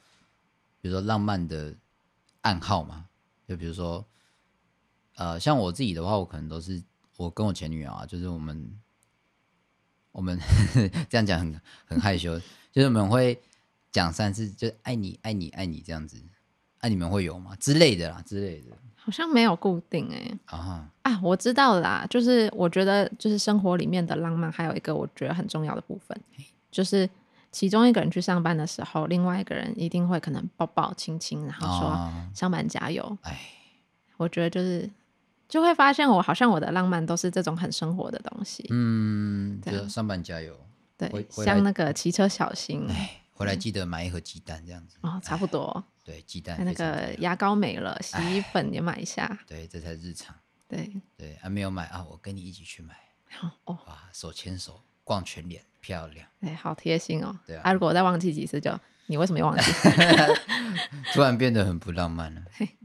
[SPEAKER 2] 比如说浪漫的暗号吗？就比如说，呃，像我自己的话，我可能都是我跟我前女友啊，就是我们我们 这样讲很很害羞，就是我们会讲三次，就是爱你爱你爱你这样子，那、你们会有吗？之类的啦，之类的
[SPEAKER 1] 好像没有固定哎、
[SPEAKER 2] 啊，
[SPEAKER 1] 啊，我知道了啦，就是我觉得就是生活里面的浪漫，还有一个我觉得很重要的部分，就是其中一个人去上班的时候，另外一个人一定会可能抱抱亲亲，然后说
[SPEAKER 2] 啊，
[SPEAKER 1] 上班加油。
[SPEAKER 2] 哎，
[SPEAKER 1] 我觉得就是就会发现我好像我的浪漫都是这种很生活的东西，
[SPEAKER 2] 嗯，
[SPEAKER 1] 对啊
[SPEAKER 2] 就上班加油，
[SPEAKER 1] 对，
[SPEAKER 2] 回回来
[SPEAKER 1] 像那个骑车小心
[SPEAKER 2] 哎，回来记得买一盒鸡蛋这样子，
[SPEAKER 1] 嗯
[SPEAKER 2] 哎
[SPEAKER 1] 哦，差不多。
[SPEAKER 2] 对，鸡蛋
[SPEAKER 1] 还有那
[SPEAKER 2] 哎非常重哎
[SPEAKER 1] 个
[SPEAKER 2] 要
[SPEAKER 1] 牙膏没了，洗衣粉也买一下，
[SPEAKER 2] 对，这才日常。
[SPEAKER 1] 对，
[SPEAKER 2] 对啊，没有买啊，我跟你一起去买。
[SPEAKER 1] 好哦，
[SPEAKER 2] 哇，手牵手逛全脸，漂亮。
[SPEAKER 1] 对，好贴心哦。
[SPEAKER 2] 对啊
[SPEAKER 1] 如果我再忘记几次就，你为什么又忘记？
[SPEAKER 2] 突然变得很不浪漫了。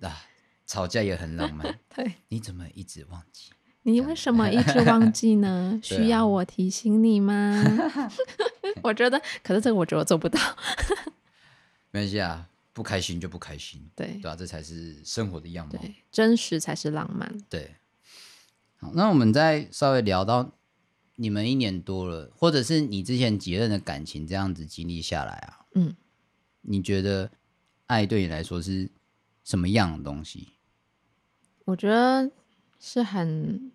[SPEAKER 2] 啊，吵架也很浪漫。
[SPEAKER 1] 对
[SPEAKER 2] 你怎么一直忘记？
[SPEAKER 1] 你为什么一直忘记呢？
[SPEAKER 2] 对啊
[SPEAKER 1] 需要我提醒你吗？ 我觉得，可是这个我觉得我做不到。
[SPEAKER 2] 没关系啊，不开心就不开心，
[SPEAKER 1] 对
[SPEAKER 2] 对啊吧、这才是生活的样貌。
[SPEAKER 1] 对，真实才是浪漫。
[SPEAKER 2] 对，好，那我们再稍微聊到你们一年多了，或者是你之前几任的感情这样子经历下来啊，
[SPEAKER 1] 嗯，
[SPEAKER 2] 你觉得爱对你来说是什么样的东西？
[SPEAKER 1] 我觉得是很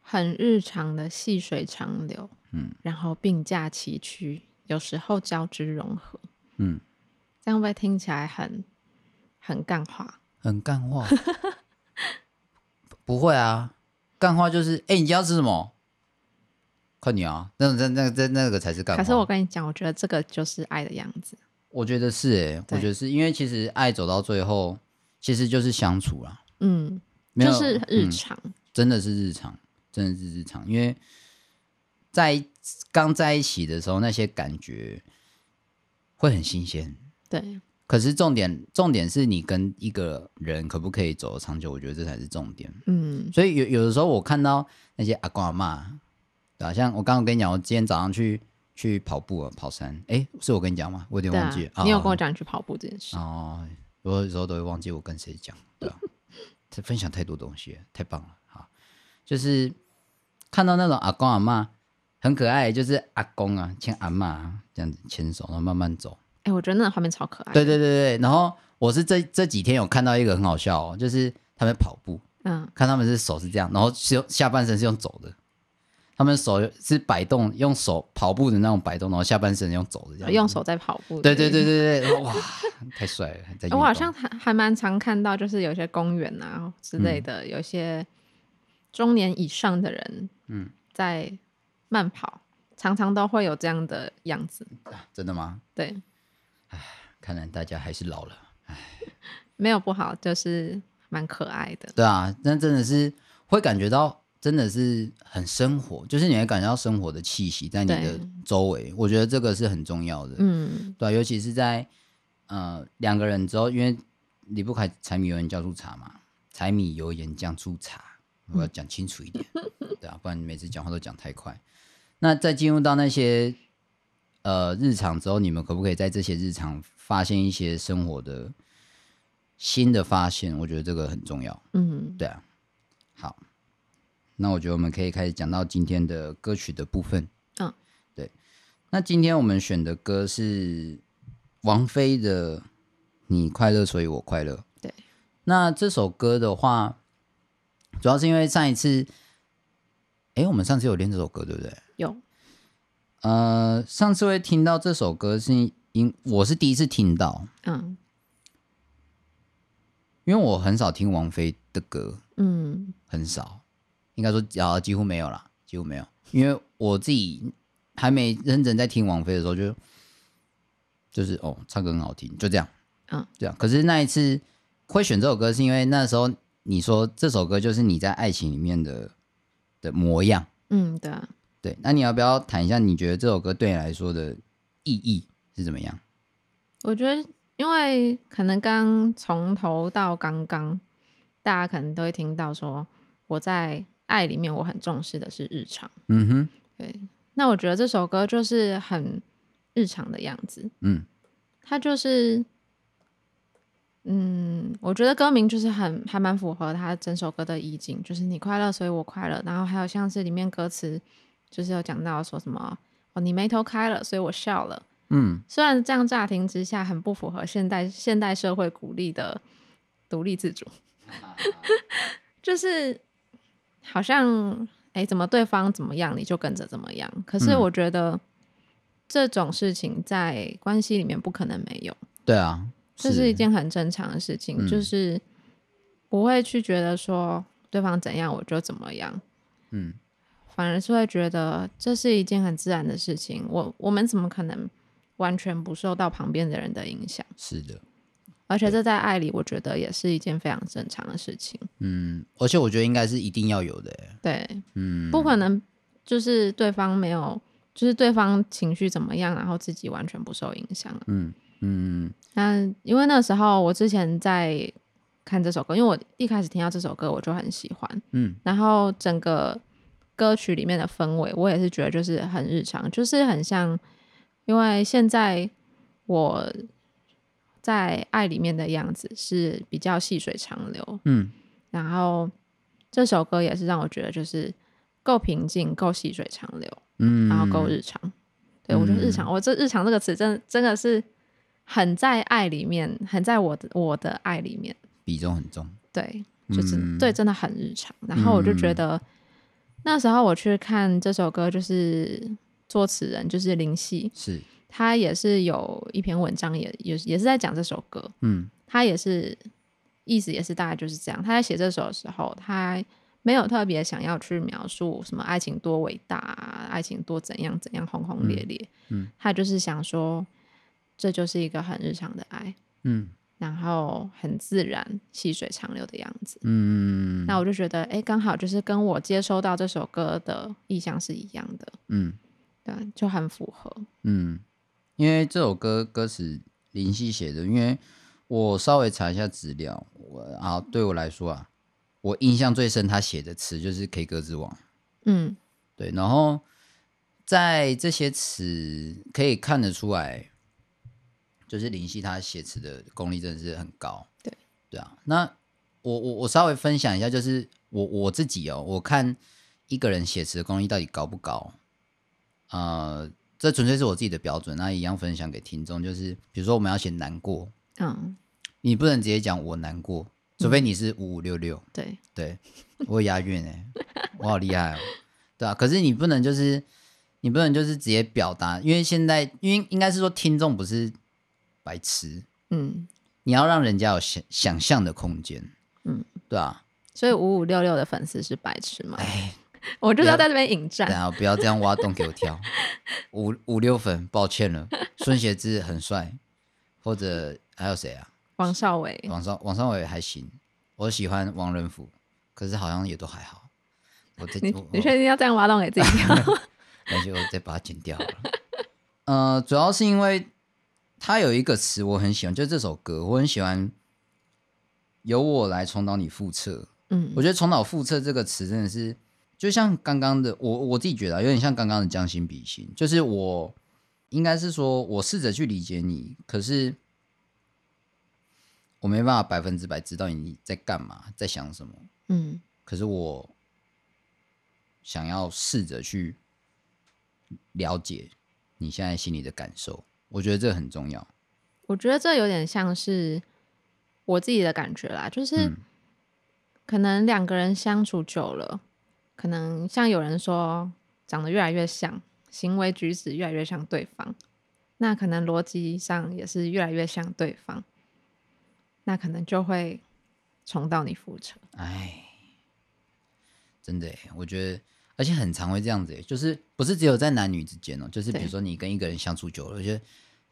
[SPEAKER 1] 很日常的细水长流，
[SPEAKER 2] 嗯，
[SPEAKER 1] 然后并驾齐驱，有时候交织融合，
[SPEAKER 2] 嗯，
[SPEAKER 1] 这样会不会听起来很很干话？
[SPEAKER 2] 很干话， 不不会啊，干话就是，哎、你今天要吃什么？快点啊，那那那那那个才是干话。
[SPEAKER 1] 可是我跟你讲，我觉得这个就是爱的样子，
[SPEAKER 2] 我觉得是、欸，
[SPEAKER 1] 对
[SPEAKER 2] 我觉得是因为其实爱走到最后，其实就是相处啦，
[SPEAKER 1] 嗯，
[SPEAKER 2] 没有
[SPEAKER 1] 就是日
[SPEAKER 2] 嗯
[SPEAKER 1] 常，
[SPEAKER 2] 真的是日常，真的是日常，因为在刚在一起的时候，那些感觉会很新鲜。
[SPEAKER 1] 对，
[SPEAKER 2] 可是重点，重点是你跟一个人可不可以走得长久，我觉得这才是重点。
[SPEAKER 1] 嗯，
[SPEAKER 2] 所以有有的时候我看到那些阿公阿妈，对吧、像我刚刚跟你讲，我今天早上去去跑步啊，跑山，哎，是我跟你讲吗？我有点
[SPEAKER 1] 对
[SPEAKER 2] 忘
[SPEAKER 1] 啊
[SPEAKER 2] 记了。，
[SPEAKER 1] 你有
[SPEAKER 2] 哦
[SPEAKER 1] 跟我讲你去跑步这件事，
[SPEAKER 2] 哦，我有时候都会忘记我跟谁讲，对吧、 这分享太多东西了，太棒了，好，就是看到那种阿公阿妈很可爱，就是阿公啊牵阿妈、啊、这样子牵手，然后慢慢走。
[SPEAKER 1] 哎，我觉得那个画面超可爱，
[SPEAKER 2] 对，对对对，然后我是这这几天有看到一个很好笑哦，就是他们跑步，
[SPEAKER 1] 嗯，
[SPEAKER 2] 看他们是手是这样，然后是用下半身是用走的。他们手是摆动，用手跑步的那种摆动，然后下半身用走的这样。
[SPEAKER 1] 哦用。手在跑步，
[SPEAKER 2] 对对对。对对，哇，太帅了！在运
[SPEAKER 1] 我好
[SPEAKER 2] 动嗯
[SPEAKER 1] 像还还蛮常看到，就是有些公园啊之类的，有些中年以上的人，
[SPEAKER 2] 嗯，
[SPEAKER 1] 在慢跑，常常都会有这样的样子。
[SPEAKER 2] 真的吗？
[SPEAKER 1] 对，
[SPEAKER 2] 看来大家还是老了。
[SPEAKER 1] 没有不好，就是蛮可爱的。
[SPEAKER 2] 对啊，那真的是会感觉到，真的是很生活，就是你会感觉到生活的气息在你
[SPEAKER 1] 对
[SPEAKER 2] 的周围，我觉得这个是很重要的。
[SPEAKER 1] 嗯，
[SPEAKER 2] 对啊、尤其是在呃两个人之后，因为离不开柴米油盐酱醋茶嘛，柴米油盐酱醋茶，我要讲清楚一点，对啊，不然每次讲话都讲太快。那在进入到那些呃日常之后，你们可不可以在这些日常发现一些生活的新的发现？我觉得这个很重要。
[SPEAKER 1] 嗯，
[SPEAKER 2] 对啊，好，那我觉得我们可以开始讲到今天的歌曲的部分。
[SPEAKER 1] 嗯，
[SPEAKER 2] 对。那今天我们选的歌是王菲的《你快乐所以我快乐》。
[SPEAKER 1] 对。
[SPEAKER 2] 那这首歌的话，主要是因为上一次，哎、我们上次有练这首歌，对不对？
[SPEAKER 1] 有，
[SPEAKER 2] 呃，上次会听到这首歌是因我是第一次听到，
[SPEAKER 1] 嗯
[SPEAKER 2] 因为我很少听王菲的歌。
[SPEAKER 1] 嗯
[SPEAKER 2] 很少，应该说啊几乎没有啦，几乎没有。因为我自己还没认真在听王菲的时候就，就是哦，唱歌很好听，就这样，
[SPEAKER 1] 嗯，
[SPEAKER 2] 这样。可是那一次会选这首歌，是因为那时候你说这首歌就是你在爱情里面的的模样，
[SPEAKER 1] 嗯，对啊，
[SPEAKER 2] 对。那你要不要谈一下，你觉得这首歌对你来说的意义是怎么样？
[SPEAKER 1] 我觉得因为可能刚从头到刚刚，大家可能都会听到说我在爱里面我很重视的是日常，
[SPEAKER 2] 嗯哼，
[SPEAKER 1] 对，那我觉得这首歌就是很日常的样子，
[SPEAKER 2] 嗯
[SPEAKER 1] 它就是，嗯，我觉得歌名就是很还蛮符合它整首歌的意境，就是你快乐，所以我快乐。然后还有像是里面歌词，就是有讲到说什么哦，你眉头开了，所以我笑了。
[SPEAKER 2] 嗯，
[SPEAKER 1] 虽然这样乍听之下很不符合现代现代社会鼓励的独立自主， 就是好像哎，怎么对方怎么样你就跟着怎么样。可是
[SPEAKER 2] 嗯
[SPEAKER 1] 我觉得这种事情在关系里面不可能没有。
[SPEAKER 2] 对啊，
[SPEAKER 1] 这是一件很正常的事情，
[SPEAKER 2] 嗯
[SPEAKER 1] 就是不会去觉得说对方怎样我就怎么样，
[SPEAKER 2] 嗯，
[SPEAKER 1] 反而是会觉得这是一件很自然的事情。我我们怎么可能完全不受到旁边的人的影响？
[SPEAKER 2] 是的。
[SPEAKER 1] 而且这在爱里，我觉得也是一件非常正常的事情。
[SPEAKER 2] 嗯，而且我觉得应该是一定要有的欸、
[SPEAKER 1] 对，
[SPEAKER 2] 嗯，
[SPEAKER 1] 不可能就是对方没有，就是对方情绪怎么样，然后自己完全不受影响啊。
[SPEAKER 2] 嗯嗯
[SPEAKER 1] 那因为那时候我之前在看这首歌，因为我一开始听到这首歌我就很喜欢，
[SPEAKER 2] 嗯，
[SPEAKER 1] 然后整个歌曲里面的氛围，我也是觉得就是很日常，就是很像，因为现在我在爱里面的样子是比较细水长流，
[SPEAKER 2] 嗯，
[SPEAKER 1] 然后这首歌也是让我觉得就是够平静、够细水长流，
[SPEAKER 2] 嗯，
[SPEAKER 1] 然后够日常。对我觉得日常，我、这日常这个词真的真的是很在爱里面，很在我的我的爱里面。
[SPEAKER 2] 比重很重，
[SPEAKER 1] 对，就是、
[SPEAKER 2] 嗯
[SPEAKER 1] 对，真的很日常。然后我就觉得、那时候我去看这首歌，就是作词人就是林夕，
[SPEAKER 2] 是，
[SPEAKER 1] 他也是有一篇文章也也也是在讲这首歌，
[SPEAKER 2] 嗯
[SPEAKER 1] 他也是意思也是大概就是这样。他在写这首的时候，他没有特别想要去描述什么爱情多伟大、啊，爱情多怎样怎样轰轰烈烈，
[SPEAKER 2] 嗯
[SPEAKER 1] 他就是想说这就是一个很日常的爱，
[SPEAKER 2] 嗯
[SPEAKER 1] 然后很自然、细水长流的样子。
[SPEAKER 2] 嗯
[SPEAKER 1] 那我就觉得，哎，刚好就是跟我接收到这首歌的意向是一样的，
[SPEAKER 2] 嗯
[SPEAKER 1] 对，啊就很符合。
[SPEAKER 2] 嗯，因为这首歌歌词林夕写的，因为我稍微查一下资料，我啊对我来说啊，我印象最深他写的词就是《K 歌之王》，
[SPEAKER 1] 嗯
[SPEAKER 2] 对，然后在这些词可以看得出来，就是林夕他写词的功力真的是很高。
[SPEAKER 1] 对，
[SPEAKER 2] 对啊。那我我我稍微分享一下，就是我我自己哦，我看一个人写词的功力到底高不高，呃，这纯粹是我自己的标准。那一样分享给听众，就是比如说我们要写难过，
[SPEAKER 1] 嗯，
[SPEAKER 2] 你不能直接讲我难过，除非你是五五六六。
[SPEAKER 1] 对，
[SPEAKER 2] 对，我有押韵哎、我好厉害哦。对啊，可是你不能就是你不能就是直接表达，因为现在因为应该是说听众不是白痴，
[SPEAKER 1] 嗯，
[SPEAKER 2] 你要让人家有想想象的空间。
[SPEAKER 1] 嗯，
[SPEAKER 2] 对啊，
[SPEAKER 1] 所以五五六六的粉丝是白痴吗？
[SPEAKER 2] 哎，
[SPEAKER 1] 我就是要
[SPEAKER 2] 不要
[SPEAKER 1] 在这边引
[SPEAKER 2] 等
[SPEAKER 1] 战。
[SPEAKER 2] 下不要这样挖洞给 我跳，五五六粉，抱歉了。孙协志很帅，或者还有谁啊？
[SPEAKER 1] 王少伟，
[SPEAKER 2] 网上网上我也还行，我喜欢王仁甫，可是好像也都还好。我再
[SPEAKER 1] 你
[SPEAKER 2] 我
[SPEAKER 1] 你
[SPEAKER 2] 我
[SPEAKER 1] 确定要这样挖洞给自己跳？
[SPEAKER 2] 那就再把它剪掉好了。呃，主要是因为它有一个词我很喜欢，就是这首歌我很喜欢，由我来重蹈你覆辙。
[SPEAKER 1] 嗯
[SPEAKER 2] 我觉得重蹈覆辙这个词真的是，就像刚刚的我我自己觉得、啊、有点像刚刚的将心比心，就是我应该是说我试着去理解你，可是我没办法百分之百知道你在干嘛，在想什么。
[SPEAKER 1] 嗯
[SPEAKER 2] 可是我想要试着去了解你现在心里的感受，我觉得这很重要。
[SPEAKER 1] 我觉得这有点像是我自己的感觉啦，就是
[SPEAKER 2] 嗯
[SPEAKER 1] 可能两个人相处久了，可能像有人说长得越来越像，行为举止越来越像对方，那可能逻辑上也是越来越像对方，那可能就会重蹈你覆辙。
[SPEAKER 2] 哎，真的耶，我觉得，而且很常会这样子耶，就是不是只有在男女之间哦，就是比如
[SPEAKER 1] 对
[SPEAKER 2] 说你跟一个人相处久了，我觉得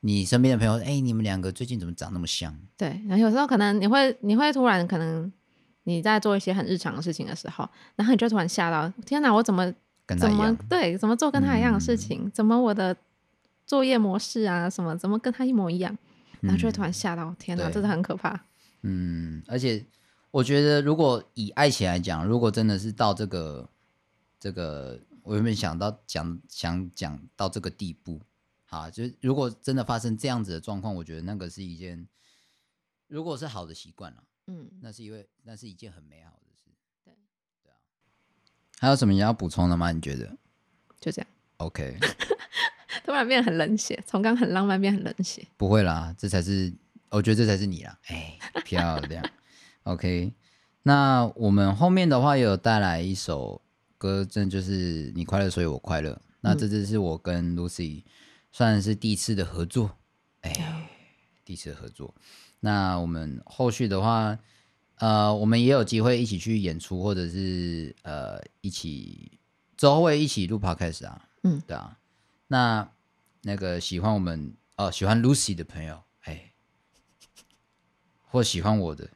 [SPEAKER 2] 你身边的朋友，哎，你们两个最近怎么长那么像？
[SPEAKER 1] 对，然后有时候可能你会你会突然可能你在做一些很日常的事情的时候，然后你就突然吓到，天哪，我怎么
[SPEAKER 2] 跟他
[SPEAKER 1] 怎
[SPEAKER 2] 一
[SPEAKER 1] 么
[SPEAKER 2] 样，
[SPEAKER 1] 对怎么做跟他一样的事
[SPEAKER 2] 嗯
[SPEAKER 1] 情，怎么我的作业模式啊什么怎么跟他一模一样，然后就会突然吓到，天哪，
[SPEAKER 2] 嗯对
[SPEAKER 1] 真的很可怕。
[SPEAKER 2] 嗯，而且我觉得，如果以爱情来讲，如果真的是到这个这个，我原本想到讲想讲到这个地步，好，啊就是如果真的发生这样子的状况，我觉得那个是一件，如果是好的习惯了，
[SPEAKER 1] 嗯，
[SPEAKER 2] 那是因为那是一件很美好的事。
[SPEAKER 1] 对
[SPEAKER 2] 对啊，还有什么你要补充的吗？你觉得
[SPEAKER 1] 就这样，
[SPEAKER 2] ？OK，
[SPEAKER 1] 突然变得很冷血，从刚很浪漫变很冷血。
[SPEAKER 2] 不会啦，这才是我觉得这才是你啦，哎，漂亮。OK，那我们后面的话也有带来一首歌，真的就是你快乐，所以我快乐。那这次是我跟 Lucy 算是第一次的合作，
[SPEAKER 1] 哦
[SPEAKER 2] 哎，第一次的合作。那我们后续的话，呃，我们也有机会一起去演出，或者是呃一起之后会一起录 podcast 啊，
[SPEAKER 1] 嗯，
[SPEAKER 2] 对啊。那那个喜欢我们哦，喜欢 Lucy 的朋友，哎，或喜欢我的，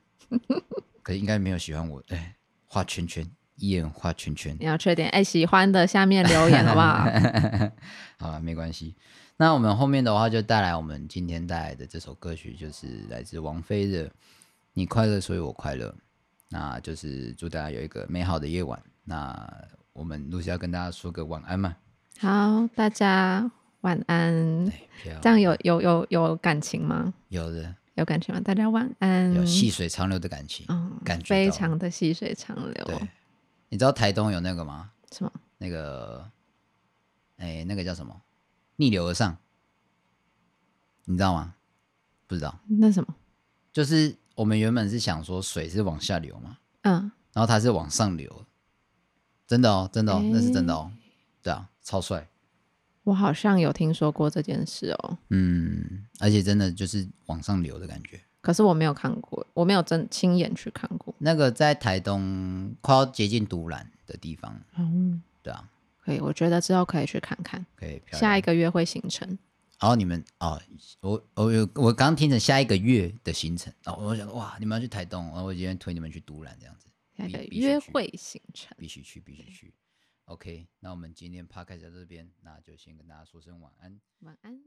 [SPEAKER 2] 可应该没有喜欢我，哎，画圈圈，一眼画圈圈，
[SPEAKER 1] 你要确定，哎，喜欢的下面留言好不 好？
[SPEAKER 2] 好了，没关系。那我们后面的话就带来我们今天带来的这首歌曲，就是来自王菲的《你快乐，所以我快乐》。那就是祝大家有一个美好的夜晚。那我们露西要跟大家说个晚安嘛，
[SPEAKER 1] 好，大家晚安。
[SPEAKER 2] 哎，不要
[SPEAKER 1] 这样有有有有感情吗？
[SPEAKER 2] 有的
[SPEAKER 1] 有感情吗？大家晚安。
[SPEAKER 2] 有细水长流的感情，
[SPEAKER 1] 嗯，
[SPEAKER 2] 感觉到
[SPEAKER 1] 非常的细水长流
[SPEAKER 2] 对。，你知道台东有那个吗？
[SPEAKER 1] 什么？
[SPEAKER 2] 那个，哎，那个叫什么？逆流而上，你知道吗？不知道，
[SPEAKER 1] 那什么？
[SPEAKER 2] 就是我们原本是想说水是往下流嘛，
[SPEAKER 1] 嗯，
[SPEAKER 2] 然后它是往上流，真的哦，真的哦，那是真的
[SPEAKER 1] 诶
[SPEAKER 2] 哦，对啊，超帅，
[SPEAKER 1] 我好像有听说过这件事哦。
[SPEAKER 2] 嗯，而且真的就是往上流的感觉。
[SPEAKER 1] 可是我没有看过，我没有真亲眼去看过。
[SPEAKER 2] 那个在台东快要接近独兰的地方，
[SPEAKER 1] 嗯，
[SPEAKER 2] 对啊，
[SPEAKER 1] 可以，我觉得之后可以去看看
[SPEAKER 2] 可以漂亮。
[SPEAKER 1] 下一个约会行程。
[SPEAKER 2] 然后你们哦，我我有我刚听成下一个月的行程，然后我想哇，你们要去台东，然后我今天推你们去独兰这样子，
[SPEAKER 1] 下一
[SPEAKER 2] 必
[SPEAKER 1] 个
[SPEAKER 2] 必须
[SPEAKER 1] 约
[SPEAKER 2] 去
[SPEAKER 1] 会行程，
[SPEAKER 2] 必须去，必须去。OK，那我们今天 p 开 d 到这边，那就先跟大家说声晚安。
[SPEAKER 1] 晚安。